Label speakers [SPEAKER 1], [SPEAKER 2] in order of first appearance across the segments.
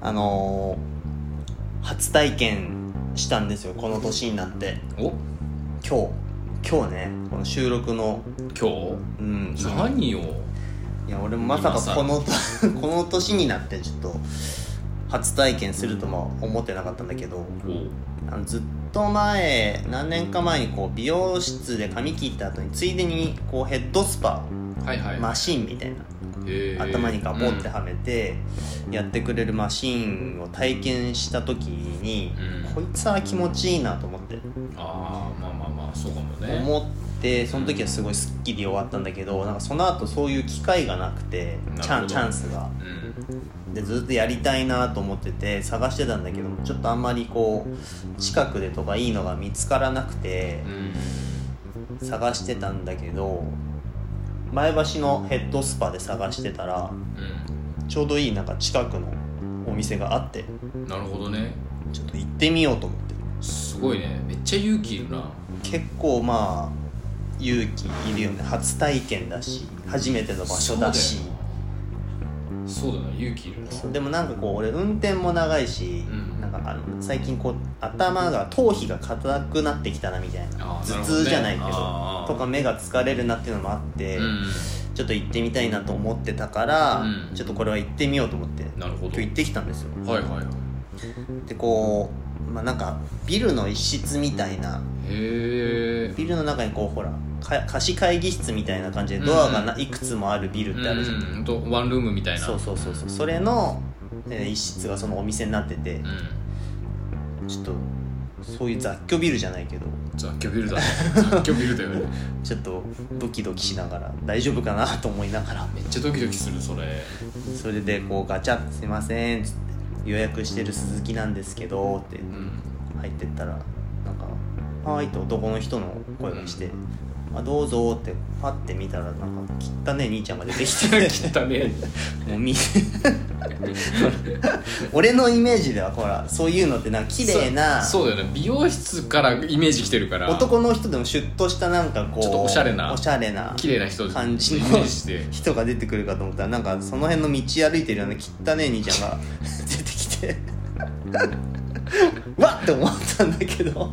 [SPEAKER 1] あのー初体験したんですよこの年になって
[SPEAKER 2] お
[SPEAKER 1] 今日今日ねこの収録の
[SPEAKER 2] 今
[SPEAKER 1] うん
[SPEAKER 2] 日何を
[SPEAKER 1] いや俺もまさかこの この年になってちょっと初体験するとも思ってなかったんだけど
[SPEAKER 2] お
[SPEAKER 1] あのずっと前何年か前にこう美容室で髪切った後についでにこうヘッドスパ
[SPEAKER 2] はいはい、
[SPEAKER 1] マシンみたいな
[SPEAKER 2] へー
[SPEAKER 1] 頭にか持ってはめてやってくれるマシンを体験した時に
[SPEAKER 2] うん
[SPEAKER 1] こいつは気持ちいいなと思って
[SPEAKER 2] うんああまあまあまあそうかもね
[SPEAKER 1] 思ってその時はすごいスッキリ終わったんだけどなんかその後そういう機会がなくて
[SPEAKER 2] なるほど
[SPEAKER 1] チャンチャンスが
[SPEAKER 2] うん
[SPEAKER 1] でずっとやりたいなと思ってて探してたんだけどちょっとあんまりこう近くでとかいいのが見つからなくて
[SPEAKER 2] うん
[SPEAKER 1] 探してたんだけど前橋のヘッドスパで探してたらちょうどいいなんか近くのお店があって
[SPEAKER 2] うんなるほどね
[SPEAKER 1] ちょっと行ってみようと思って
[SPEAKER 2] すごいねめっちゃ勇気いるな
[SPEAKER 1] 結構まあ勇気いるよね初体験だし初めての場所だし
[SPEAKER 2] そうだよなそうだな勇気いるな
[SPEAKER 1] そうでもなんかこう俺運転も長いし、
[SPEAKER 2] うん
[SPEAKER 1] なんかあの最近こう頭が頭皮が硬くなってきたなみたいな
[SPEAKER 2] あ
[SPEAKER 1] 頭
[SPEAKER 2] ーなるほどね
[SPEAKER 1] 痛じゃないけど
[SPEAKER 2] あー
[SPEAKER 1] とか目が疲れるなっていうのもあって、
[SPEAKER 2] う
[SPEAKER 1] ちょっと行ってみたいなと思ってたから、
[SPEAKER 2] うん
[SPEAKER 1] ちょっとこれは行ってみようと思って
[SPEAKER 2] んなるほ
[SPEAKER 1] 今
[SPEAKER 2] ど
[SPEAKER 1] 日行ってきたんですよ
[SPEAKER 2] はいはいはい
[SPEAKER 1] でこうまあなんかビルの一室みたいな
[SPEAKER 2] へえ
[SPEAKER 1] ビルの中にこうほらか貸し会議室みたいな感じでドアがな
[SPEAKER 2] う
[SPEAKER 1] いくつもあるビルってあるじゃん、
[SPEAKER 2] うんとワンルームみたいな
[SPEAKER 1] そうそうそうそうそれの、えー一室がそのお店になってて
[SPEAKER 2] うん
[SPEAKER 1] ちょっとそういう雑居ビルじゃないけど
[SPEAKER 2] 雑居ビルだね雑居ビルだよね
[SPEAKER 1] ちょっとドキドキしながら大丈夫かなと思いながら
[SPEAKER 2] めっちゃドキドキするそれ
[SPEAKER 1] それでこうガチャ「すいません」つって「予約してる鈴木なんですけど」って
[SPEAKER 2] うん
[SPEAKER 1] 入ってったらなんか「はーい」って男の人の声がして「あどうぞ」ってパッて見たらなんか汚ねえ兄ちゃんが出てきて
[SPEAKER 2] 切ったね
[SPEAKER 1] もうみ俺のイメージではほらそういうのってなんか綺麗な
[SPEAKER 2] そうそうだよね美容室からイメージきてるから
[SPEAKER 1] 男の人でもシュッとしたなんかこう
[SPEAKER 2] ちょっとおしゃれな
[SPEAKER 1] おしゃれな
[SPEAKER 2] 綺麗な人
[SPEAKER 1] 感じ
[SPEAKER 2] イ
[SPEAKER 1] の
[SPEAKER 2] メージして
[SPEAKER 1] 人が出てくるかと思ったらなんかその辺の道歩いてるような汚ねえ兄ちゃんが出てきてわっって思ったんだけど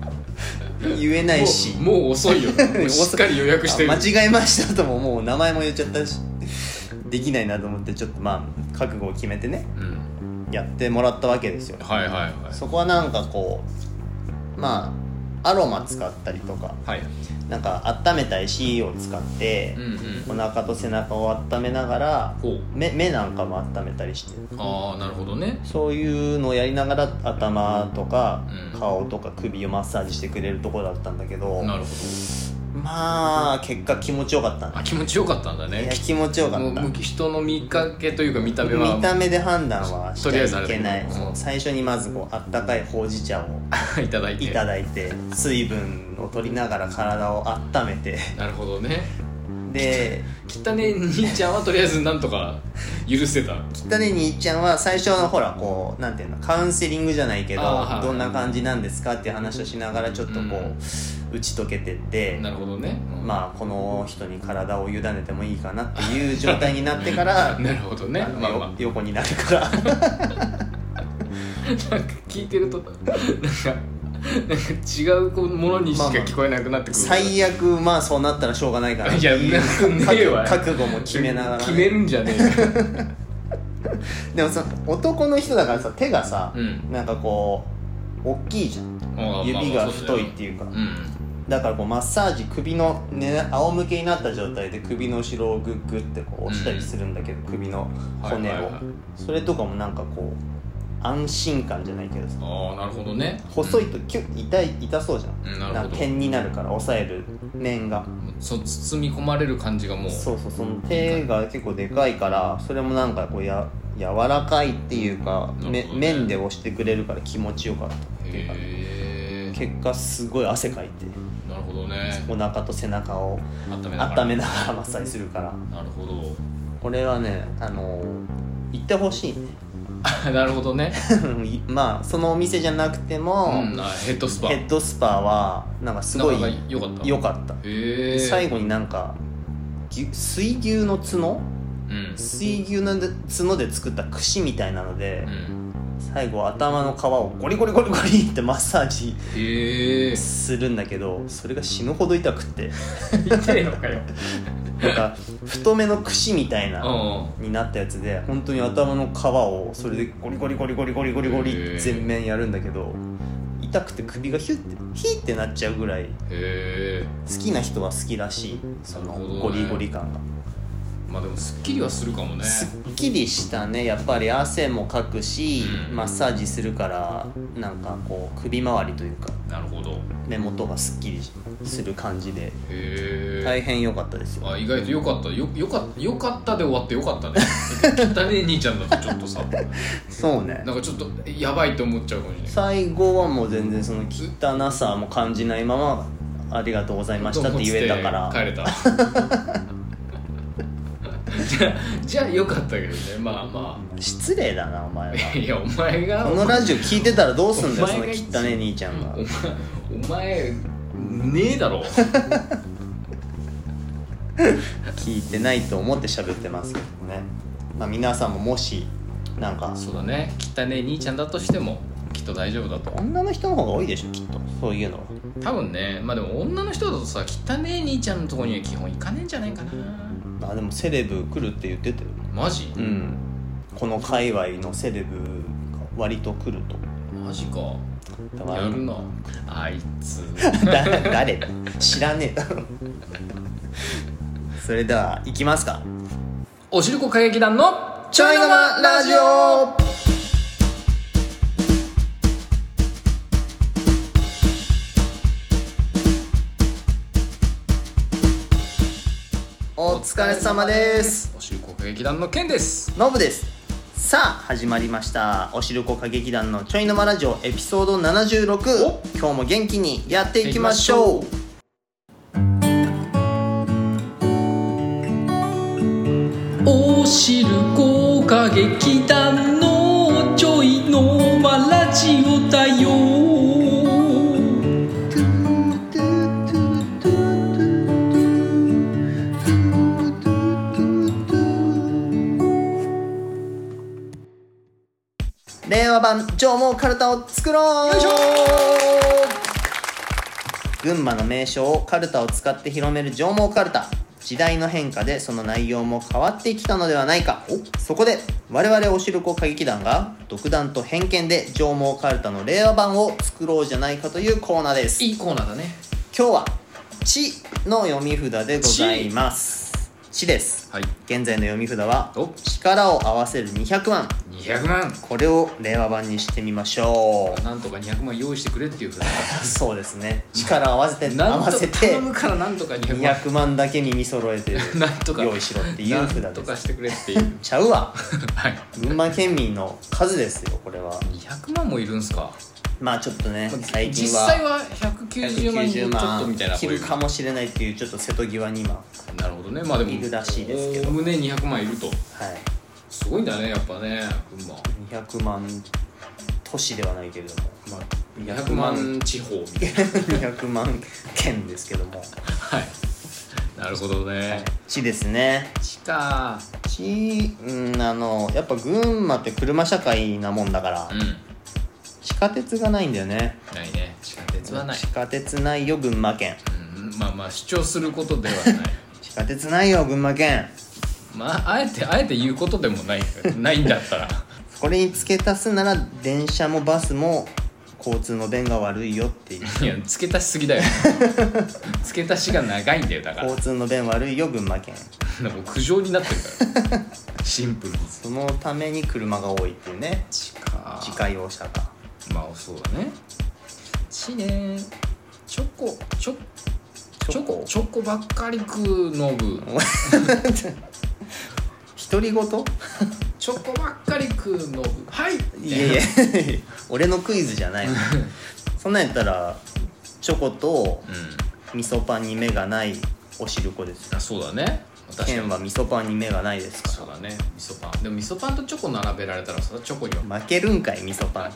[SPEAKER 1] 言えないし
[SPEAKER 2] もうもう遅 いよねもうしっかり予約してる
[SPEAKER 1] あ間違えましたとももう名前も言っちゃったしできないなと思ってちょっとまあ覚悟を決めてね
[SPEAKER 2] うん
[SPEAKER 1] やってもらったわけですよ
[SPEAKER 2] はいはいはい
[SPEAKER 1] そこはなんかこうまあアロマ使ったりとか
[SPEAKER 2] はい
[SPEAKER 1] なんか温めた石を使って
[SPEAKER 2] うんうん
[SPEAKER 1] お腹と背中を温めながら
[SPEAKER 2] ほう
[SPEAKER 1] 目目なんかも温めたりして
[SPEAKER 2] ああなるほどね
[SPEAKER 1] そういうのをやりながら頭とか
[SPEAKER 2] うん
[SPEAKER 1] 顔とか首をマッサージしてくれるところだったんだけど
[SPEAKER 2] なるほど
[SPEAKER 1] まあ結果気持ちよかった
[SPEAKER 2] あ
[SPEAKER 1] ね
[SPEAKER 2] 気持ちよかったんだ
[SPEAKER 1] いや
[SPEAKER 2] ね
[SPEAKER 1] 気持ちよか
[SPEAKER 2] も
[SPEAKER 1] っ
[SPEAKER 2] う
[SPEAKER 1] た
[SPEAKER 2] もう人の見かけというか見た目は
[SPEAKER 1] 見た目で判断はしち
[SPEAKER 2] とりあ
[SPEAKER 1] ゃ
[SPEAKER 2] えずあ
[SPEAKER 1] い
[SPEAKER 2] れ
[SPEAKER 1] けないそう
[SPEAKER 2] うん
[SPEAKER 1] 最初にまずこうあったかいほうじ茶を
[SPEAKER 2] いただいて
[SPEAKER 1] いただいて水分を取りながら体を温めて
[SPEAKER 2] なるほどね
[SPEAKER 1] で
[SPEAKER 2] 汚ね兄ちゃんはとりあえずなんとか許せた
[SPEAKER 1] 汚ね兄ちゃんは最初のほらこうなんていうのカウンセリングじゃないけど
[SPEAKER 2] あーはい
[SPEAKER 1] どんな感じなんですかっていう話をしながらちょっとこう打ち解けてって
[SPEAKER 2] なるほどね
[SPEAKER 1] まあこの人に体を委ねてもいいかなっていう状態になってから
[SPEAKER 2] あなるほどね
[SPEAKER 1] あの
[SPEAKER 2] まあまあ
[SPEAKER 1] よ横になるから
[SPEAKER 2] なんか聞いてるとなんかなんか違うものにしか聞こえなくなってくる、
[SPEAKER 1] 最悪まあそうなったらしょうがないから
[SPEAKER 2] いやなんかねえわ
[SPEAKER 1] 覚悟も決めながらね、
[SPEAKER 2] 決めるんじゃねえよ
[SPEAKER 1] でもさ男の人だからさ手がさ、
[SPEAKER 2] うん
[SPEAKER 1] なんかこう大きいじゃん指が太いっていうか、
[SPEAKER 2] うん
[SPEAKER 1] だからこうマッサージ首の、ね、仰向けになった状態で首の後ろをグッグッてこう押したりするんだけど、首の骨を、
[SPEAKER 2] はいはいはい
[SPEAKER 1] それとかもなんかこう安心感じゃないけどさ
[SPEAKER 2] ああなるほどね
[SPEAKER 1] 細いとキュッ痛い痛そうじゃん,、
[SPEAKER 2] うんなるほど
[SPEAKER 1] んか点になるから押さえる面が
[SPEAKER 2] そう包み込まれる感じがもう
[SPEAKER 1] そうそうその手が結構でかいからそれもなんかこうや柔らかいっていうか、
[SPEAKER 2] な
[SPEAKER 1] め
[SPEAKER 2] るほどね
[SPEAKER 1] 面で押してくれるから気持ちよかったっていうか
[SPEAKER 2] へえ
[SPEAKER 1] 結果すごい汗かいて
[SPEAKER 2] なるほどね
[SPEAKER 1] お腹と背中を
[SPEAKER 2] 温めながら
[SPEAKER 1] 温めながらマッサージするから
[SPEAKER 2] なるほど
[SPEAKER 1] これはねあの行ってほしいね
[SPEAKER 2] あなるほどね、
[SPEAKER 1] いまあそのお店じゃなくて
[SPEAKER 2] う
[SPEAKER 1] も、
[SPEAKER 2] ん、あヘッドスパ
[SPEAKER 1] ヘッドスパはなんかすごい
[SPEAKER 2] なかなか良かった
[SPEAKER 1] 良かった
[SPEAKER 2] へえ
[SPEAKER 1] 最後になんかぎ水牛の角
[SPEAKER 2] うん
[SPEAKER 1] 水牛の角で作った串みたいなので
[SPEAKER 2] うん
[SPEAKER 1] 最後頭の皮をゴリゴリゴリゴリってマッサージ
[SPEAKER 2] へえ
[SPEAKER 1] するんだけどそれが死ぬほど痛くって
[SPEAKER 2] 痛いのかよ
[SPEAKER 1] なんか太めの串みたいうなんになったやつで本当に頭の皮をそれでゴリゴリゴリゴリゴリゴリゴリって全面やるんだけど痛くて首がヒュッてヒーってなっちゃうぐらい
[SPEAKER 2] へえ
[SPEAKER 1] 好きな人は好きらしいその
[SPEAKER 2] なるほどね
[SPEAKER 1] ゴリゴリ感が、
[SPEAKER 2] まあでもすっきりはするかもね
[SPEAKER 1] すっきりしたねやっぱり汗もかくし、
[SPEAKER 2] うん
[SPEAKER 1] マッサージするからなんかこう首周りというか
[SPEAKER 2] なるほど
[SPEAKER 1] 目元がすっきりする感じで
[SPEAKER 2] へえ
[SPEAKER 1] 大変良かったですよ
[SPEAKER 2] あ意外と良かったよよかよかったで終わって良かったね 汚ねえ兄ちゃんだとちょっと さ
[SPEAKER 1] そうね
[SPEAKER 2] なんかちょっとやばいと思っちゃうかもしれない
[SPEAKER 1] 最後はもう全然その汚さも感じないまま「ありがとうございました」って言えたから
[SPEAKER 2] 帰れた じゃあじゃあ良かったけどねまあま
[SPEAKER 1] 失礼だなお前
[SPEAKER 2] あいやお前
[SPEAKER 1] は
[SPEAKER 2] が
[SPEAKER 1] このラジオ聞いてたらどうすんだよ
[SPEAKER 2] お
[SPEAKER 1] そ
[SPEAKER 2] 前
[SPEAKER 1] の
[SPEAKER 2] が
[SPEAKER 1] 汚ね兄ちゃんが
[SPEAKER 2] お前ねえだろ
[SPEAKER 1] 聞いてないと思って喋ってますけどね、まあ、皆さんももしなんか
[SPEAKER 2] そうだね汚ねえ兄ちゃんだとしてもきっと大丈夫だと
[SPEAKER 1] 女の人の方が多いでしょきっとそういうのは
[SPEAKER 2] 多分ねまあでも女の人だとさ汚ねえ兄ちゃんのとこには基本行かねえんじゃないかな
[SPEAKER 1] あでもセレブ来るって言ってたよ
[SPEAKER 2] マジ
[SPEAKER 1] うんこの界隈のセレブが割と来ると
[SPEAKER 2] マジか
[SPEAKER 1] だか
[SPEAKER 2] や
[SPEAKER 1] ら
[SPEAKER 2] るなあいつ
[SPEAKER 1] だ誰だ知らねえ だろそれでは行きますか
[SPEAKER 2] おしるこ歌劇団の
[SPEAKER 1] チャイナマラジオお疲れ様です
[SPEAKER 2] おしるこ歌劇団のケンです
[SPEAKER 1] ノブですさあ始まりましたおしるこ歌劇団のちょいのまラジオエピソード76
[SPEAKER 2] お
[SPEAKER 1] 今日も元気にやっていきましょう
[SPEAKER 2] おしるこ歌劇団のちょいのまラジオだよ
[SPEAKER 1] 令和版縄文カルタを作ろう
[SPEAKER 2] よいしょ
[SPEAKER 1] 群馬の名所をカルタを使って広める縄文カルタ時代の変化でその内容も変わってきたのではないかそこで我々おしるこ歌劇団が独断と偏見で縄文カルタの令和版を作ろうじゃないかというコーナーです
[SPEAKER 2] いいコーナーだね
[SPEAKER 1] 今日は「ち」の読み札でございます「ち」です
[SPEAKER 2] はい
[SPEAKER 1] 現在の読み札は
[SPEAKER 2] お
[SPEAKER 1] 力を合わせる200万
[SPEAKER 2] 200万
[SPEAKER 1] これを令和版にしてみましょ
[SPEAKER 2] なんとか200万用意してくれっていうふう
[SPEAKER 1] うそうですね力を合わせて合わ
[SPEAKER 2] なんと
[SPEAKER 1] せて
[SPEAKER 2] 頼むからなんとか200
[SPEAKER 1] 200
[SPEAKER 2] 万
[SPEAKER 1] 万だけ耳揃えて
[SPEAKER 2] なんとか
[SPEAKER 1] 用意しろっていう
[SPEAKER 2] なん
[SPEAKER 1] 札
[SPEAKER 2] と
[SPEAKER 1] で
[SPEAKER 2] か
[SPEAKER 1] す
[SPEAKER 2] してくれっていう
[SPEAKER 1] ちゃうわ
[SPEAKER 2] はい
[SPEAKER 1] 群馬県民の数ですよこれは
[SPEAKER 2] 200万もいるんすか
[SPEAKER 1] まあちょっとね最近
[SPEAKER 2] 実
[SPEAKER 1] は
[SPEAKER 2] 際は190万人ちょっとみたいな
[SPEAKER 1] 切るかもしれないっていうちょっと瀬戸際に今は
[SPEAKER 2] なるほどねまあでも
[SPEAKER 1] いるらしいですけど
[SPEAKER 2] おおむね200万いると
[SPEAKER 1] い
[SPEAKER 2] すごいんだねやっぱね群馬
[SPEAKER 1] 200万都市ではないけれども、まあ、
[SPEAKER 2] 200万 地方みたい
[SPEAKER 1] 200万県ですけども
[SPEAKER 2] なはいなるほどね
[SPEAKER 1] 地ですね
[SPEAKER 2] 地か
[SPEAKER 1] 地うんあのやっぱ群馬って車社会なもんだから、
[SPEAKER 2] うん
[SPEAKER 1] 地下鉄がないんだよね
[SPEAKER 2] ないね地下鉄はない
[SPEAKER 1] 地下鉄ないよ群馬県
[SPEAKER 2] うんまあまあ主張することではない
[SPEAKER 1] 地下鉄ないよ群馬県
[SPEAKER 2] まああえてあえて言うことでもないないんだったら
[SPEAKER 1] これに付け足すなら電車もバスも交通の便が悪いよっていう
[SPEAKER 2] いや付け足しすぎ だよ付け足しが長いんだよだから
[SPEAKER 1] 交通の便悪いよ群馬県
[SPEAKER 2] なんかもう苦情になってるからシンプルに
[SPEAKER 1] そのために車が多いっていうね
[SPEAKER 2] 地下
[SPEAKER 1] 自家用車が
[SPEAKER 2] まあそうだねちねチョコチョチョコチョコばっかり食うノブ
[SPEAKER 1] 独り言
[SPEAKER 2] チョコばっかり食うノブはい
[SPEAKER 1] いやいや俺のクイズじゃ ないのそんなんやったらチョコと
[SPEAKER 2] うん
[SPEAKER 1] 味噌パンに目がないおしるこですよ
[SPEAKER 2] あそうだね確かに
[SPEAKER 1] 県は味噌パンに目がないです
[SPEAKER 2] そ
[SPEAKER 1] か
[SPEAKER 2] うだね味噌パンでも味噌パンとチョコ並べられたらそれはチョコには
[SPEAKER 1] ら負けるんかい味噌 パン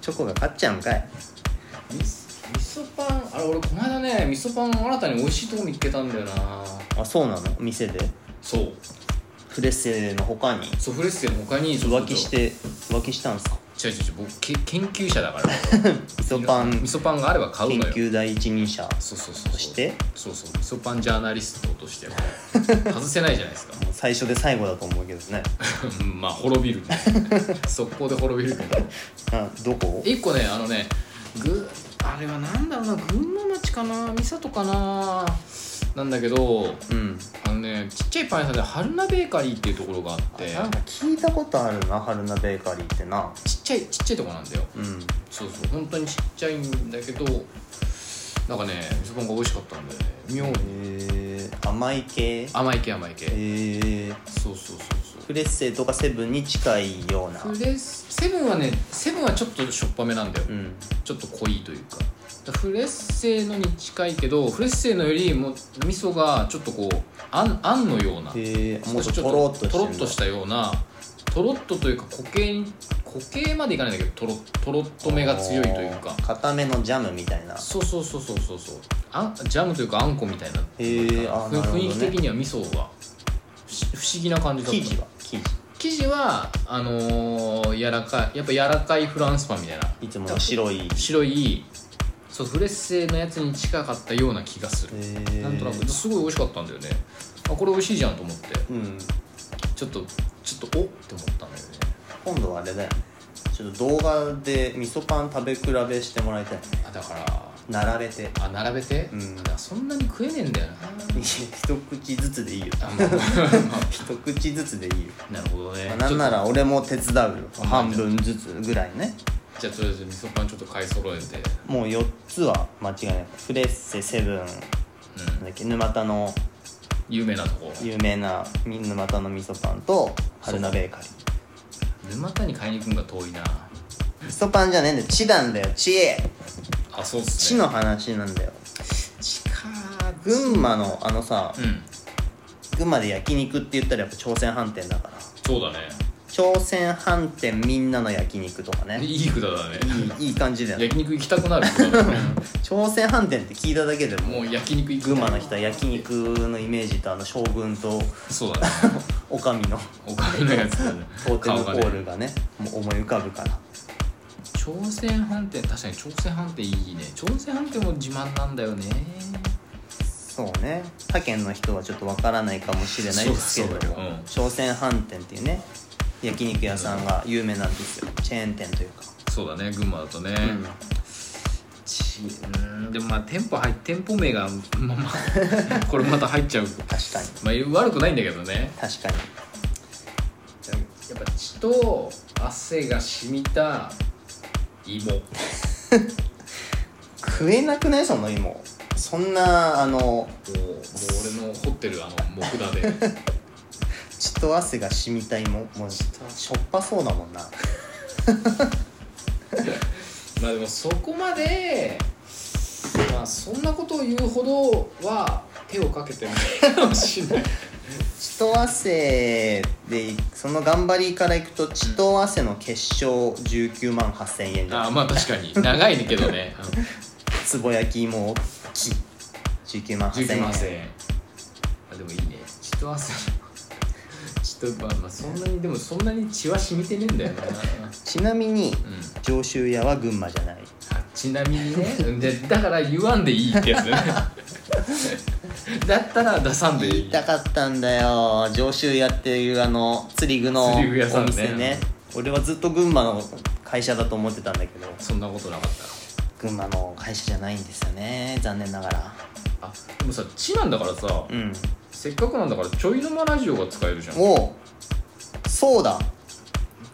[SPEAKER 1] チョコが勝っちゃうんかい
[SPEAKER 2] 味噌パンあれ俺この間ね味噌パン新たに美味しいとこ見つけたんだよな
[SPEAKER 1] あそうなの店で
[SPEAKER 2] そう
[SPEAKER 1] フレッセの他に
[SPEAKER 2] ソフレッセの他にそう
[SPEAKER 1] 浮気して浮気したんですか
[SPEAKER 2] 違う違う違う僕け研究者だから
[SPEAKER 1] 味噌パ
[SPEAKER 2] 味
[SPEAKER 1] ン
[SPEAKER 2] 噌パンがあれば買う
[SPEAKER 1] 研
[SPEAKER 2] のよ
[SPEAKER 1] 究第一人者
[SPEAKER 2] そうそうそう
[SPEAKER 1] として
[SPEAKER 2] そうそう味噌パンジャーナリストとしても外せないじゃないですか
[SPEAKER 1] 最初で最後だと思うけどね
[SPEAKER 2] まあ滅びる 速攻で滅びるけど
[SPEAKER 1] あどこ
[SPEAKER 2] 一個ねあのねぐあれはなんだろうな群馬町かな三郷かななんだけど
[SPEAKER 1] うん
[SPEAKER 2] あのねちっちゃいパン屋さんで春菜ベーカリーっていうところがあって
[SPEAKER 1] なんか聞いたことあるな春菜ベーカリーってな
[SPEAKER 2] ちっちゃいちっちゃいとこなんだよ
[SPEAKER 1] うん
[SPEAKER 2] そうそう本当にちっちゃいんだけどなんかね味噌パンが美味しかったんだよね妙に
[SPEAKER 1] えー、甘い系
[SPEAKER 2] 甘い系甘い系
[SPEAKER 1] えー、
[SPEAKER 2] そうそうそうそう
[SPEAKER 1] フレッセとかセブンに近いような
[SPEAKER 2] フレセブンはねセブンはちょっとしょっぱめなんだよ、
[SPEAKER 1] うん
[SPEAKER 2] ちょっと濃いというかだフレッセのに近いけどフレッセのよりも味噌がちょっとこうあんあんのような
[SPEAKER 1] えー、も
[SPEAKER 2] 少
[SPEAKER 1] うちょ
[SPEAKER 2] し
[SPEAKER 1] っ
[SPEAKER 2] ち
[SPEAKER 1] とと
[SPEAKER 2] ょっ
[SPEAKER 1] ろっと
[SPEAKER 2] と
[SPEAKER 1] して
[SPEAKER 2] と
[SPEAKER 1] ん
[SPEAKER 2] ろ
[SPEAKER 1] だ
[SPEAKER 2] っとしたようなとろっとというか固形に固形までいかないんだけどとろとろっと目が強いというか
[SPEAKER 1] 固めのジャムみたいな
[SPEAKER 2] そうそうそうそうそうそうあんジャムというかあんこみたいな
[SPEAKER 1] へーあ
[SPEAKER 2] ふ
[SPEAKER 1] なるほどね
[SPEAKER 2] 雰囲気的には味噌が不思不思議な感じだった
[SPEAKER 1] 生地は生地
[SPEAKER 2] 生地はあのー柔らかいやっぱ柔らかいフランスパンみたいない
[SPEAKER 1] つもの白い
[SPEAKER 2] 白いそうフレッセのやつに近かったような気がする、
[SPEAKER 1] えー、
[SPEAKER 2] なんとなくすごい美味しかったんだよねあこれ美味しいじゃんと思って
[SPEAKER 1] うん
[SPEAKER 2] ちょっとちょっとおっって思ったんだよね
[SPEAKER 1] 今度はあれだよねちょっと動画で味噌パン食べ比べしてもらいたいね
[SPEAKER 2] あだから
[SPEAKER 1] 並べて
[SPEAKER 2] あ並べて、
[SPEAKER 1] うん
[SPEAKER 2] あだからそんなに食えねえんだよな
[SPEAKER 1] 一口ずつでいいよ
[SPEAKER 2] あまあま
[SPEAKER 1] 一口ずつでいいよ、
[SPEAKER 2] あなるほどね
[SPEAKER 1] まあ、なんなら俺も手伝うよ
[SPEAKER 2] あ
[SPEAKER 1] 半分ずつぐらいね
[SPEAKER 2] じゃあとりあえず味噌パンちょっと買い揃えて
[SPEAKER 1] もう4つは間違いないフレッセセブンな
[SPEAKER 2] うん
[SPEAKER 1] んだっけ沼田の
[SPEAKER 2] 有名なとこ
[SPEAKER 1] 有名なみ沼田の味噌パンと春菜ベーカリー
[SPEAKER 2] 沼田に買いに行くんが遠いな
[SPEAKER 1] 味噌パンじゃねえんだよ地なんだよ地
[SPEAKER 2] あそうっす
[SPEAKER 1] 地
[SPEAKER 2] ね
[SPEAKER 1] の話なんだよ
[SPEAKER 2] 地か
[SPEAKER 1] 群馬のあのさ
[SPEAKER 2] うん
[SPEAKER 1] 群馬で焼肉って言ったらやっぱ朝鮮飯店だから
[SPEAKER 2] そうだね
[SPEAKER 1] 朝鮮飯店みんなの焼肉とかね
[SPEAKER 2] いい札だね
[SPEAKER 1] いいいい感じだよね
[SPEAKER 2] 焼肉行きたくなる札だね
[SPEAKER 1] 朝鮮飯店って聞いただけでも
[SPEAKER 2] も
[SPEAKER 1] う
[SPEAKER 2] う焼肉行く
[SPEAKER 1] 群馬の人は焼肉のイメージとあの将軍と
[SPEAKER 2] そうだね
[SPEAKER 1] 女将の
[SPEAKER 2] お金のやつだね
[SPEAKER 1] トーテムポ
[SPEAKER 2] 顔が
[SPEAKER 1] ール
[SPEAKER 2] ね
[SPEAKER 1] がねもう思い浮かぶから
[SPEAKER 2] 朝鮮飯店確かに朝鮮飯店いいね朝鮮飯店も自慢なんだよね
[SPEAKER 1] そうね他県の人はちょっとわからないかもしれないですけれども、
[SPEAKER 2] そうそううん
[SPEAKER 1] 朝鮮飯店っていうね焼肉屋さんが有名なんですよチェーン店というか、
[SPEAKER 2] そうだね群馬だとね、
[SPEAKER 1] うん
[SPEAKER 2] ちうーんでもまあ店舗入店舗名がまあまあこれまた入っちゃう
[SPEAKER 1] 確かに
[SPEAKER 2] まあ悪くないんだけどね
[SPEAKER 1] 確かに
[SPEAKER 2] やっぱ血と汗が染みた芋
[SPEAKER 1] 食えなくないその芋そんなあの
[SPEAKER 2] もうもう俺の掘ってるあの木札 で
[SPEAKER 1] 血と汗が染みた芋もうしょっぱそうだもんな
[SPEAKER 2] まあでもそこまでまあそんなことを言うほどは手をかけてないかもしれない
[SPEAKER 1] 血と汗でその頑張りからいくと血と汗の結晶19万8000円じ
[SPEAKER 2] あ
[SPEAKER 1] ゃ
[SPEAKER 2] あ
[SPEAKER 1] ん
[SPEAKER 2] まあ確かに長いけどね
[SPEAKER 1] つぼ焼き芋木19万8000
[SPEAKER 2] 19
[SPEAKER 1] 円
[SPEAKER 2] 万8000円あでもいいね血と汗血とまあまあそんなにでもそんなに血は染みてねえんだよ な
[SPEAKER 1] ちなみに
[SPEAKER 2] うん
[SPEAKER 1] 上州屋は群馬じゃない
[SPEAKER 2] あちなみにねでだから言わんでいいってやつね だったら出さんでいい
[SPEAKER 1] 言いたかったんだよ上州屋っていうあの釣り具のお
[SPEAKER 2] 釣り具屋さんね
[SPEAKER 1] 店ね俺はずっと群馬の会社だと思ってたんだけど
[SPEAKER 2] そんなことなかった
[SPEAKER 1] 群馬の会社じゃないんですよね残念ながら
[SPEAKER 2] あでもさ血なんだからさ、
[SPEAKER 1] うん
[SPEAKER 2] せっかくなんだからちょいのまラジオが使えるじゃん
[SPEAKER 1] おうそうだ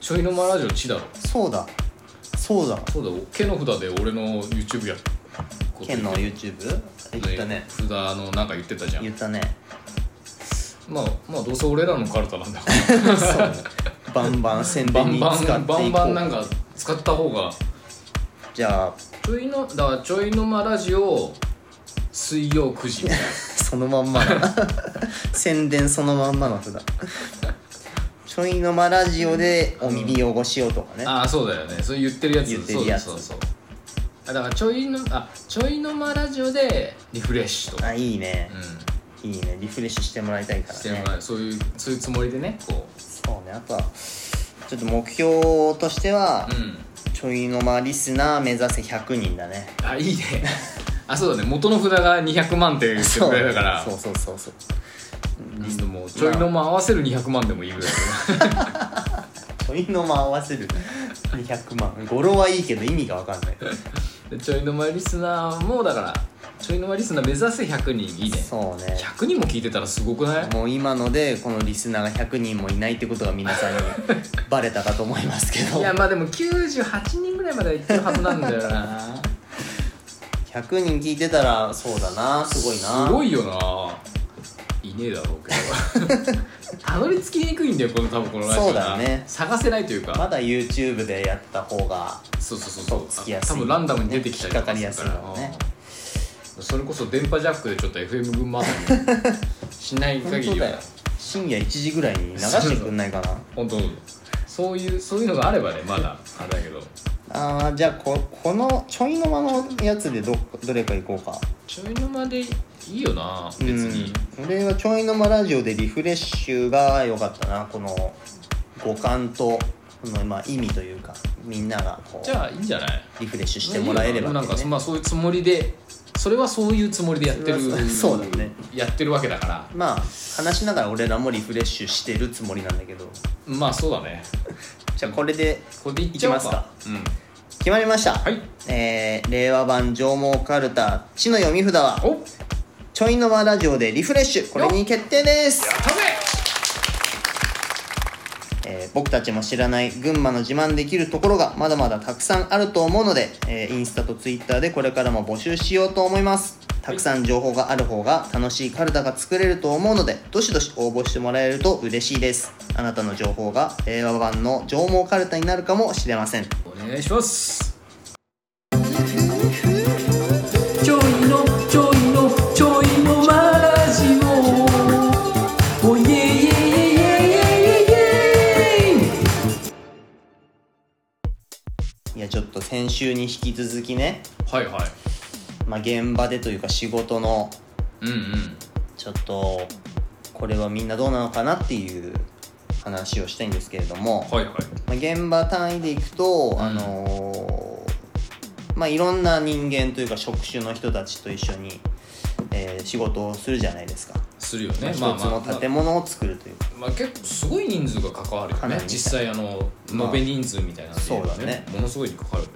[SPEAKER 2] ちょいのまラジオ血だろ
[SPEAKER 1] そうだそうだ
[SPEAKER 2] そうだよ手の札で俺の YouTube やこと言って
[SPEAKER 1] 県の YouTube 言ったね
[SPEAKER 2] 札のなんか言ってたじゃん
[SPEAKER 1] 言ったね
[SPEAKER 2] まあまあどうせ俺らのカルタなんだから
[SPEAKER 1] そうバンバン宣
[SPEAKER 2] バ
[SPEAKER 1] 伝
[SPEAKER 2] ン
[SPEAKER 1] に
[SPEAKER 2] バ
[SPEAKER 1] 使っていこ
[SPEAKER 2] ン
[SPEAKER 1] う
[SPEAKER 2] バンバンなんか使った方が
[SPEAKER 1] じゃあ
[SPEAKER 2] ちょいのだからちょいの間ラジオ水曜9時
[SPEAKER 1] そのまんま だ宣伝そのまんまの札ちょいの間ラジオでお耳汚しようとかね
[SPEAKER 2] ああそうだよねそれ言ってるやつ
[SPEAKER 1] 言ってるやつ
[SPEAKER 2] そうそうそうあだからちょいのあちょいの間ラジオでリフレッシュとか
[SPEAKER 1] あいいね
[SPEAKER 2] うん
[SPEAKER 1] いいねリフレッシュしてもらいたいか
[SPEAKER 2] して
[SPEAKER 1] ら
[SPEAKER 2] も
[SPEAKER 1] ね
[SPEAKER 2] らうそういうそういうつもりでねこ
[SPEAKER 1] そうねあとはちょっと目標としては
[SPEAKER 2] う、うん
[SPEAKER 1] ちょいの間リスナー目指せ100人だね
[SPEAKER 2] あいいね あそうだね元の札が200万って言ってくれたから
[SPEAKER 1] そうそうそうそう
[SPEAKER 2] リストもうちょいのも合わせる200万でもいいぐらい
[SPEAKER 1] ちょいの間合わせる200万語呂はいいけど意味が分かんない
[SPEAKER 2] だねちょいの間リスナーもだからちょいの間リスナー目指せ100人いいね
[SPEAKER 1] そうね
[SPEAKER 2] 100人も聞いてたらすごくない
[SPEAKER 1] もう今のでこのリスナーが100人もいないってことが皆さん にバレたかと思いますけど
[SPEAKER 2] いやまあでも98人ぐらいまでは行ってるはずなんだよな
[SPEAKER 1] 100人聞いてたらそうだなすごいな
[SPEAKER 2] すごいよないねえだろう けどたどり着きにくいんだよこの多分このラジオな
[SPEAKER 1] そうだね
[SPEAKER 2] 探せないというか、
[SPEAKER 1] まだ YouTube でやった方が
[SPEAKER 2] そうそうそう
[SPEAKER 1] とっつ
[SPEAKER 2] そう
[SPEAKER 1] き
[SPEAKER 2] あ
[SPEAKER 1] やすい
[SPEAKER 2] 多分ランダムに出てきたり
[SPEAKER 1] 引
[SPEAKER 2] とか
[SPEAKER 1] っかかりやすいだろうね
[SPEAKER 2] うんそれこそ電波ジャックでちょっと FM 群馬あたりにしない
[SPEAKER 1] 本
[SPEAKER 2] 限
[SPEAKER 1] 当
[SPEAKER 2] り
[SPEAKER 1] だよ
[SPEAKER 2] は
[SPEAKER 1] 深夜1時ぐらいに流してくんないかな
[SPEAKER 2] 本当そういうそういうのがあればねまだあれだけど
[SPEAKER 1] あーじゃあここのちょいの間のやつでどどれか行こうか
[SPEAKER 2] ちょいの間でいいよな別に
[SPEAKER 1] うん俺はちょいの間ラジオでリフレッシュが良かったなこの五感とこの、まあ、意味というかみんながこ
[SPEAKER 2] じ
[SPEAKER 1] う
[SPEAKER 2] ゃあいいんじゃない
[SPEAKER 1] リフレッシュしてもらえれば
[SPEAKER 2] いいよ
[SPEAKER 1] っ
[SPEAKER 2] な
[SPEAKER 1] て
[SPEAKER 2] なんか
[SPEAKER 1] いうね
[SPEAKER 2] まあそういうつもりでそれはそういうつもりでやってる
[SPEAKER 1] それはそうだね
[SPEAKER 2] やってるわけだから
[SPEAKER 1] まあ話しながら俺らもリフレッシュしてるつもりなんだけど
[SPEAKER 2] まあそうだね
[SPEAKER 1] じゃあこれで
[SPEAKER 2] これでいっちゃおうか
[SPEAKER 1] いきます
[SPEAKER 2] うん
[SPEAKER 1] 決まりました、
[SPEAKER 2] はい
[SPEAKER 1] えー令和版上毛かるた「地の読み札」は
[SPEAKER 2] おっ
[SPEAKER 1] ちょいの間ラジオでリフレッシュこれに決定です、
[SPEAKER 2] 食べ
[SPEAKER 1] えー僕たちも知らない群馬の自慢できるところがまだまだたくさんあると思うので、えーインスタとツイッターでこれからも募集しようと思いますたくさん情報がある方が楽しいカルタが作れると思うのでどしどし応募してもらえると嬉しいですあなたの情報が令和版の上毛カルタになるかもしれません
[SPEAKER 2] お願いします
[SPEAKER 3] ちょいのちょいのちょいのマラジオおいえいえいえいえいえいえい
[SPEAKER 1] いやちょっと先週に引き続きね、
[SPEAKER 2] はいはい
[SPEAKER 1] まあ、現場でというか仕事の
[SPEAKER 2] うんうん
[SPEAKER 1] ちょっとこれはみんなどうなのかなっていう話をしたいんですけれども、
[SPEAKER 2] はいはい
[SPEAKER 1] まあ、現場単位でいくと、
[SPEAKER 2] ん
[SPEAKER 1] あのーまあ、いろんな人間というか職種の人たちと一緒に、えー仕事をするじゃないですか、
[SPEAKER 2] するよ
[SPEAKER 1] まあ
[SPEAKER 2] ね
[SPEAKER 1] 一
[SPEAKER 2] まあ
[SPEAKER 1] つ
[SPEAKER 2] まあ
[SPEAKER 1] の
[SPEAKER 2] まあ
[SPEAKER 1] 建物を作るというか、
[SPEAKER 2] まあ結構すごい人数が関わるよ
[SPEAKER 1] かな
[SPEAKER 2] ね
[SPEAKER 1] り
[SPEAKER 2] 実際あの
[SPEAKER 1] まあ
[SPEAKER 2] 延べ人数みたいなので言えば
[SPEAKER 1] そうだね
[SPEAKER 2] ものすごい関わるよね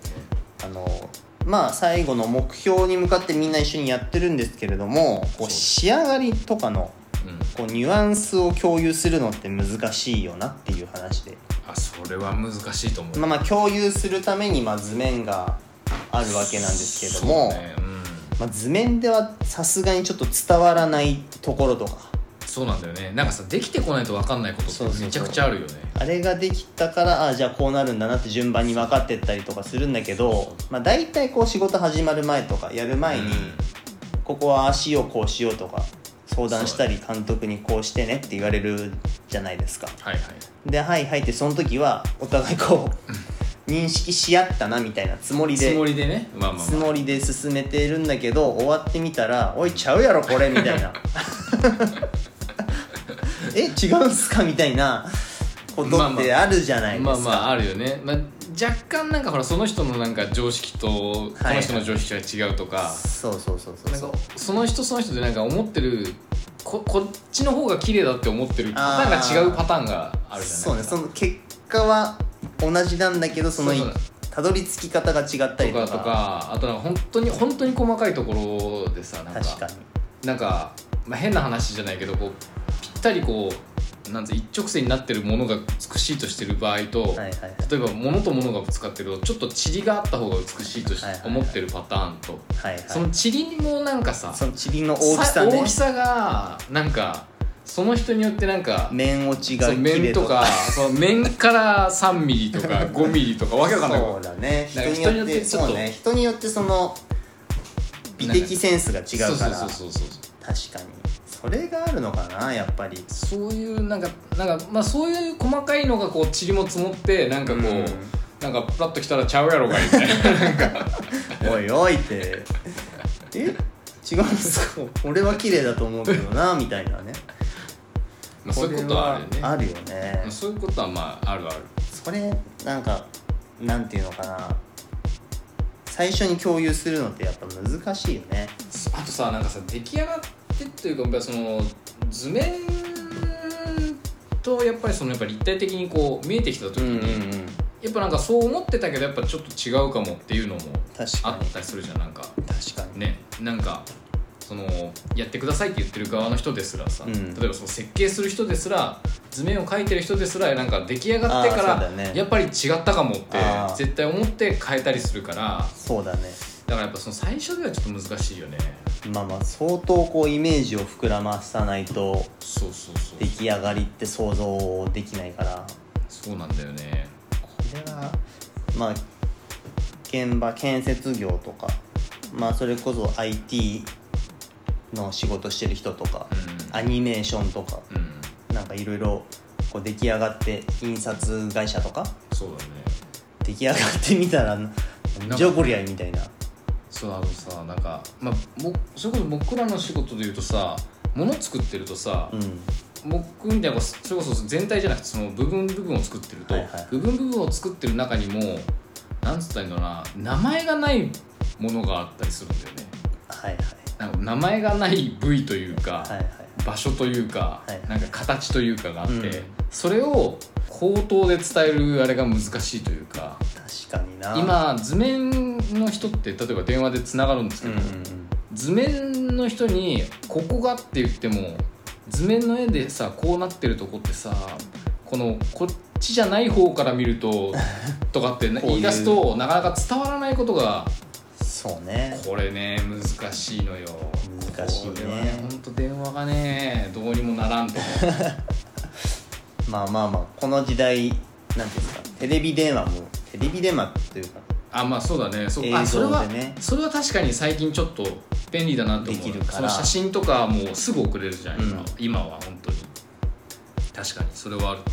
[SPEAKER 1] あのーまあ、最後の目標に向かってみんな一緒にやってるんですけれどもこ
[SPEAKER 2] そう
[SPEAKER 1] う仕上がりとかの
[SPEAKER 2] うん
[SPEAKER 1] こうニュアンスを共有するのって難しいよなっていう話で、
[SPEAKER 2] あそれは難しいと思う
[SPEAKER 1] まあ、まあ共有するためにまあ図面があるわけなんですけれども、
[SPEAKER 2] そうだねうん
[SPEAKER 1] まあ、図面ではさすがにちょっと伝わらないところとか
[SPEAKER 2] そうなんだよねなんかさできてこないと分かんないこと
[SPEAKER 1] そうそう
[SPEAKER 2] って
[SPEAKER 1] そう
[SPEAKER 2] めちゃくちゃあるよね
[SPEAKER 1] あれができたからああじゃあこうなるんだなって順番に分かってったりとかするんだけど、まあ、大体こう仕事始まる前とかやる前に、ここはああしようこうしようとか相談したり監督にこうしてねって言われるじゃないですか
[SPEAKER 2] はいはい
[SPEAKER 1] ではいはいってその時はお互いこう認識し合ったなみたいなつもりで
[SPEAKER 2] つもりでねまあまあ
[SPEAKER 1] つ
[SPEAKER 2] まあ
[SPEAKER 1] もりで進めてるんだけど終わってみたら「おいちゃうやろこれ」みたいな 「え違うんすか?」みたいなことってあるじゃないですか、
[SPEAKER 2] まあまああるよね、まあ、若干なんかほらその人のなんか常識とこ
[SPEAKER 1] はい
[SPEAKER 2] の人の常識が違うとか、
[SPEAKER 1] そうそうそうそう
[SPEAKER 2] な
[SPEAKER 1] そ
[SPEAKER 2] ん
[SPEAKER 1] う
[SPEAKER 2] かその人その人でなんか思ってるここっちの方が綺麗だって思ってるパタ
[SPEAKER 1] あ
[SPEAKER 2] ーン
[SPEAKER 1] ー
[SPEAKER 2] が違うパターンがあるじゃないですか
[SPEAKER 1] そうねその結果は同じなんだけどその
[SPEAKER 2] そうそう
[SPEAKER 1] たどり着き方が違ったり
[SPEAKER 2] と
[SPEAKER 1] とか
[SPEAKER 2] かとかあとなんか本当に本当に細かいところでさなんか
[SPEAKER 1] 確かに
[SPEAKER 2] なんか、まあ、変な話じゃないけどこうぴったりこうなんて一直線になってるものが美しいとしてる場合と、
[SPEAKER 1] はいはいはい
[SPEAKER 2] 例えば物と物がぶつかってるとちょっと塵があった方が美しいとし
[SPEAKER 1] はいはいはい
[SPEAKER 2] 思ってるパターンと、
[SPEAKER 1] はいはい
[SPEAKER 2] その塵にもなんかさ
[SPEAKER 1] その塵の大きさ
[SPEAKER 2] さ
[SPEAKER 1] ね
[SPEAKER 2] 大きさがなんかその人によってなんか
[SPEAKER 1] 面落ちが
[SPEAKER 2] そう
[SPEAKER 1] 綺麗
[SPEAKER 2] 面と
[SPEAKER 1] と
[SPEAKER 2] か
[SPEAKER 1] か
[SPEAKER 2] その面から3ミリとか5ミ リとかわけわかんない
[SPEAKER 1] そうだね
[SPEAKER 2] なん
[SPEAKER 1] 人
[SPEAKER 2] か
[SPEAKER 1] によって
[SPEAKER 2] 人によってちょっと
[SPEAKER 1] そうね人によってその美的センスが違うから
[SPEAKER 2] そうそうそうそうそう
[SPEAKER 1] 確かにそれがあるのかなやっぱ り
[SPEAKER 2] そういうなんかなんかまあそういう細かいのがこう塵も積もってなんかこう、
[SPEAKER 1] うん
[SPEAKER 2] なんかプラッ ときたらちゃうやろがいみたいななんか
[SPEAKER 1] おいおいってえ違違うんですか俺は綺麗だと思うけど なみたいなね
[SPEAKER 2] まあ、そういうことはあるよね
[SPEAKER 1] これはあるよね
[SPEAKER 2] まあそういうことはまああるある
[SPEAKER 1] それなんかなんていうのかな最初に共有するのってやっぱ難しいよね
[SPEAKER 2] あとさなんかさ出来上がってっていうかやっぱその図面とやっぱりそのやっぱ立体的にこう見えてきた時に、
[SPEAKER 1] ん
[SPEAKER 2] やっぱなんかそう思ってたけどやっぱちょっと違うかもっていうのも
[SPEAKER 1] 確
[SPEAKER 2] あ
[SPEAKER 1] かに
[SPEAKER 2] ったりするじゃんなんか
[SPEAKER 1] 確かに
[SPEAKER 2] ねなんかそのやってくださいって言ってる側の人ですらさ、
[SPEAKER 1] うん
[SPEAKER 2] 例えばその設計する人ですら図面を描いてる人ですらなんか出来上がってか
[SPEAKER 1] あー
[SPEAKER 2] ら
[SPEAKER 1] そうだ、よね
[SPEAKER 2] やっぱり違ったかもって
[SPEAKER 1] あー
[SPEAKER 2] 絶対思って変えたりするから
[SPEAKER 1] そうだね
[SPEAKER 2] だからやっぱその最初ではちょっと難しいよね
[SPEAKER 1] まあまあ相当こうイメージを膨らまさないと
[SPEAKER 2] そうそうそう
[SPEAKER 1] 出来上がりって想像できないから
[SPEAKER 2] そうなんだよね
[SPEAKER 1] これはまあ現場建設業とかまあそれこそ IT の仕事してる人とか、
[SPEAKER 2] うん
[SPEAKER 1] アニメーションとか
[SPEAKER 2] うん
[SPEAKER 1] なんかいろいろこう出来上がって印刷会社とか
[SPEAKER 2] そうだね
[SPEAKER 1] 出来上がってみたらなん
[SPEAKER 2] か
[SPEAKER 1] じゃこりゃいみたいな
[SPEAKER 2] そうあのさなんかまあもそれこそ僕らの仕事で言うとさ物作ってるとさ、
[SPEAKER 1] うん
[SPEAKER 2] 僕みたいなそれこそ全体じゃなくてその部分部分を作ってると、
[SPEAKER 1] はいはい
[SPEAKER 2] 部分部分を作ってる中にもなんつったらいいんだろうな名前がないものがあったりするんだよね
[SPEAKER 1] はいはい
[SPEAKER 2] なんか名前がない部位というか、
[SPEAKER 1] はいはい
[SPEAKER 2] 場所というか、
[SPEAKER 1] はい
[SPEAKER 2] なんか形というかがあって、
[SPEAKER 1] うん
[SPEAKER 2] それを口頭で伝えるあれが難しいというか
[SPEAKER 1] 確かにな
[SPEAKER 2] 今図面の人って例えば電話でつながるんです
[SPEAKER 1] う
[SPEAKER 2] け
[SPEAKER 1] んう
[SPEAKER 2] ど、
[SPEAKER 1] んうん
[SPEAKER 2] 図面の人に「ここが」って言っても図面の絵でさこうなってるとこってさこのこっちじゃない方から見 るととかってな
[SPEAKER 1] こういう
[SPEAKER 2] 言い出すとなかなか伝わらないことが
[SPEAKER 1] そうね
[SPEAKER 2] これね難しいのよ
[SPEAKER 1] 難しいね
[SPEAKER 2] これはねほんと電話がねどうにもならんと思う
[SPEAKER 1] まあまあまあこの時代なんていうんですかテレビ電話もテレビ電話というか
[SPEAKER 2] あまあそうだねそう、
[SPEAKER 1] 映
[SPEAKER 2] あそれ
[SPEAKER 1] 像
[SPEAKER 2] は
[SPEAKER 1] でね
[SPEAKER 2] それは確かに最近ちょっと便利だなと思う
[SPEAKER 1] できるから
[SPEAKER 2] その写真とかもうすぐ送れるじゃん、
[SPEAKER 1] うん
[SPEAKER 2] 今今は本当に確かにそれはあるね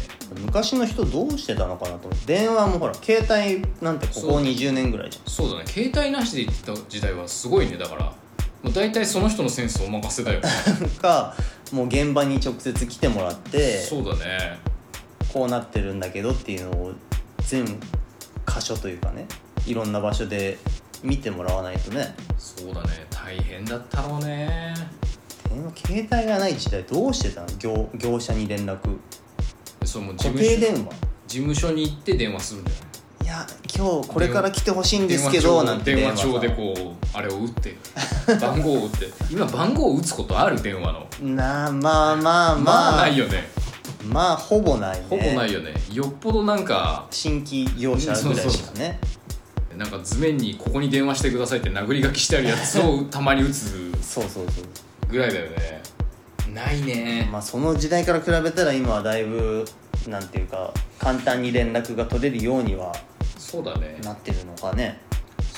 [SPEAKER 1] 昔の人どうしてたのかなと電話もほら携帯なんてここ
[SPEAKER 2] そう
[SPEAKER 1] 20年ぐらいじ
[SPEAKER 2] そうだね携帯なしで行ってた時代はすごいねだからもう大体その人のセンスをお任せだ よ
[SPEAKER 1] ゃんかもう現場に直接来てもらって
[SPEAKER 2] そうだね
[SPEAKER 1] こうなってるんだけどっていうのを全箇所というかねいろんな場所で見てもらわないとね
[SPEAKER 2] そうだね大変だったろうね
[SPEAKER 1] 電話携帯がない時代どうしてたの業業者に連絡
[SPEAKER 2] そうもう事
[SPEAKER 1] 固
[SPEAKER 2] 務
[SPEAKER 1] 定
[SPEAKER 2] 所
[SPEAKER 1] 電
[SPEAKER 2] 事
[SPEAKER 1] 話
[SPEAKER 2] 務所に行って電話するんじゃない
[SPEAKER 1] いや今日これから来てほしいんですけ
[SPEAKER 2] 電
[SPEAKER 1] ど
[SPEAKER 2] 話帳
[SPEAKER 1] なんて
[SPEAKER 2] 電話帳で
[SPEAKER 1] さ
[SPEAKER 2] こうあれを打って番号を打 って今番号を打つことある電話の
[SPEAKER 1] なあまあまあまあ
[SPEAKER 2] まあないよね
[SPEAKER 1] まあほぼないね
[SPEAKER 2] ほぼないよねよっぽどなんか
[SPEAKER 1] 新規業者ぐらいしかね
[SPEAKER 2] なんか図面にここに電話してくださいって殴り書きしてあるやつをたまに打つ
[SPEAKER 1] そうそうそう
[SPEAKER 2] ぐらいだよねないね
[SPEAKER 1] まあその時代から比べたら今はだいぶなんていうか簡単に連絡が取れるようには
[SPEAKER 2] そうだね
[SPEAKER 1] なってるのかね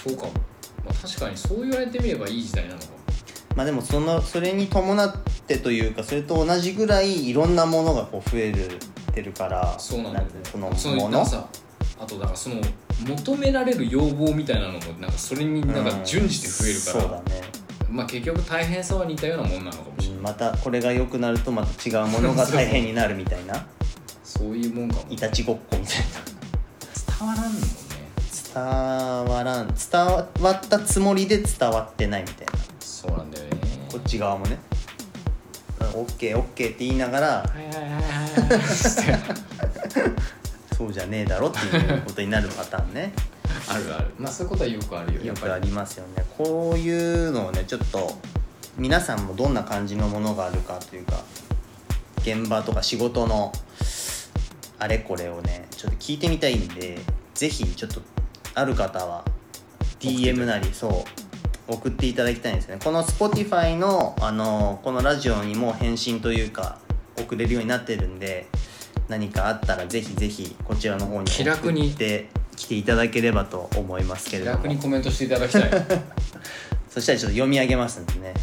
[SPEAKER 2] そうかも、まあ、確かにそう言われてみればいい時代なのかも
[SPEAKER 1] まあでもそのそれに伴ってというかそれと同じぐらいいろんなものがこう増えるてるから
[SPEAKER 2] そうなんだよね
[SPEAKER 1] ていうの
[SPEAKER 2] そ
[SPEAKER 1] その
[SPEAKER 2] の
[SPEAKER 1] も
[SPEAKER 2] なん
[SPEAKER 1] の
[SPEAKER 2] かさあとだからその求められる要望みたいなのもなんかそれになんか順次で増えるから、
[SPEAKER 1] うんそうだね
[SPEAKER 2] まあ結局大変さは似たようなもんなのかもしれない、
[SPEAKER 1] うんまたこれが良くなるとまた違うものが大変になるみたいな
[SPEAKER 2] そういうもんかも
[SPEAKER 1] いたちごっこみたいな
[SPEAKER 2] 伝わらんもんね
[SPEAKER 1] 伝わらん伝わったつもりで伝わってないみたいな
[SPEAKER 2] そうなんだよね
[SPEAKER 1] こっち側もね「オッケーオッケー」って言いながら
[SPEAKER 2] はいはいはいはいはい
[SPEAKER 1] 「そうじゃねえだろ」っていうことになるパターンね
[SPEAKER 2] あるあるまあそういうことはよくあるよや
[SPEAKER 1] よ
[SPEAKER 2] っ
[SPEAKER 1] く
[SPEAKER 2] ぱ
[SPEAKER 1] あ
[SPEAKER 2] り
[SPEAKER 1] りますよねこういうのをねちょっと皆さんもどんな感じのものがあるかというか現場とか仕事のあれこれをねちょっと聞いてみたいんでぜひちょっとある方は DM なりそう送っていただきたいんですねこの Spotify のあのこのラジオにも返信というか送れるようになってるんで何かあったらぜひぜひこちらの方に
[SPEAKER 2] 気楽
[SPEAKER 1] 送
[SPEAKER 2] に
[SPEAKER 1] ってきていただければと思いますけ
[SPEAKER 2] 気
[SPEAKER 1] れど
[SPEAKER 2] 楽に
[SPEAKER 1] も
[SPEAKER 2] コメントしていただきたいはい
[SPEAKER 1] そしたらちょっと読み上げますんでね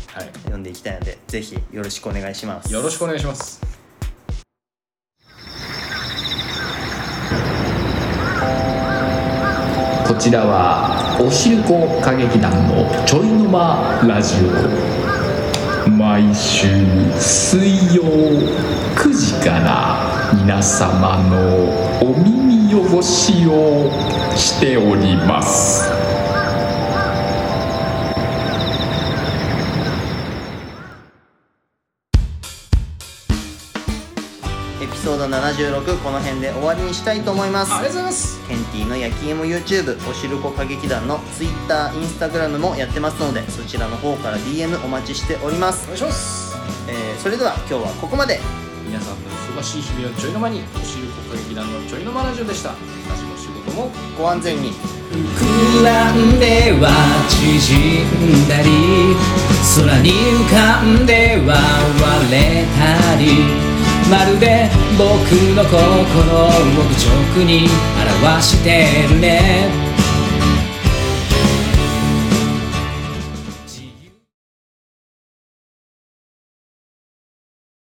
[SPEAKER 1] 読んでいきたいのでぜひよろしくお願いします
[SPEAKER 2] よろしくお願いします
[SPEAKER 3] こちらはおしるこ歌劇団のちょいのまラジオ
[SPEAKER 4] 毎週水曜9時から皆様のお耳汚しをしております。
[SPEAKER 1] エピソード76この辺で終わりにしたいと思います
[SPEAKER 5] ありがとうございます
[SPEAKER 1] ケンティーの焼き芋 YouTube おしるこ歌劇団の Twitter、Instagram もやってますのでそちらの方から DM お待ちしておりま
[SPEAKER 5] お
[SPEAKER 1] す、
[SPEAKER 5] 願いします
[SPEAKER 1] えーそれでは今日はここまで
[SPEAKER 5] 皆さんの忙しい日々のちょいの間におしるこ歌劇団のちょいの間ラジオでした私も仕事も
[SPEAKER 1] ご安全に
[SPEAKER 2] 膨らんでは縮んだり空に浮かんでは割れたりまるで僕の心を直に表してるね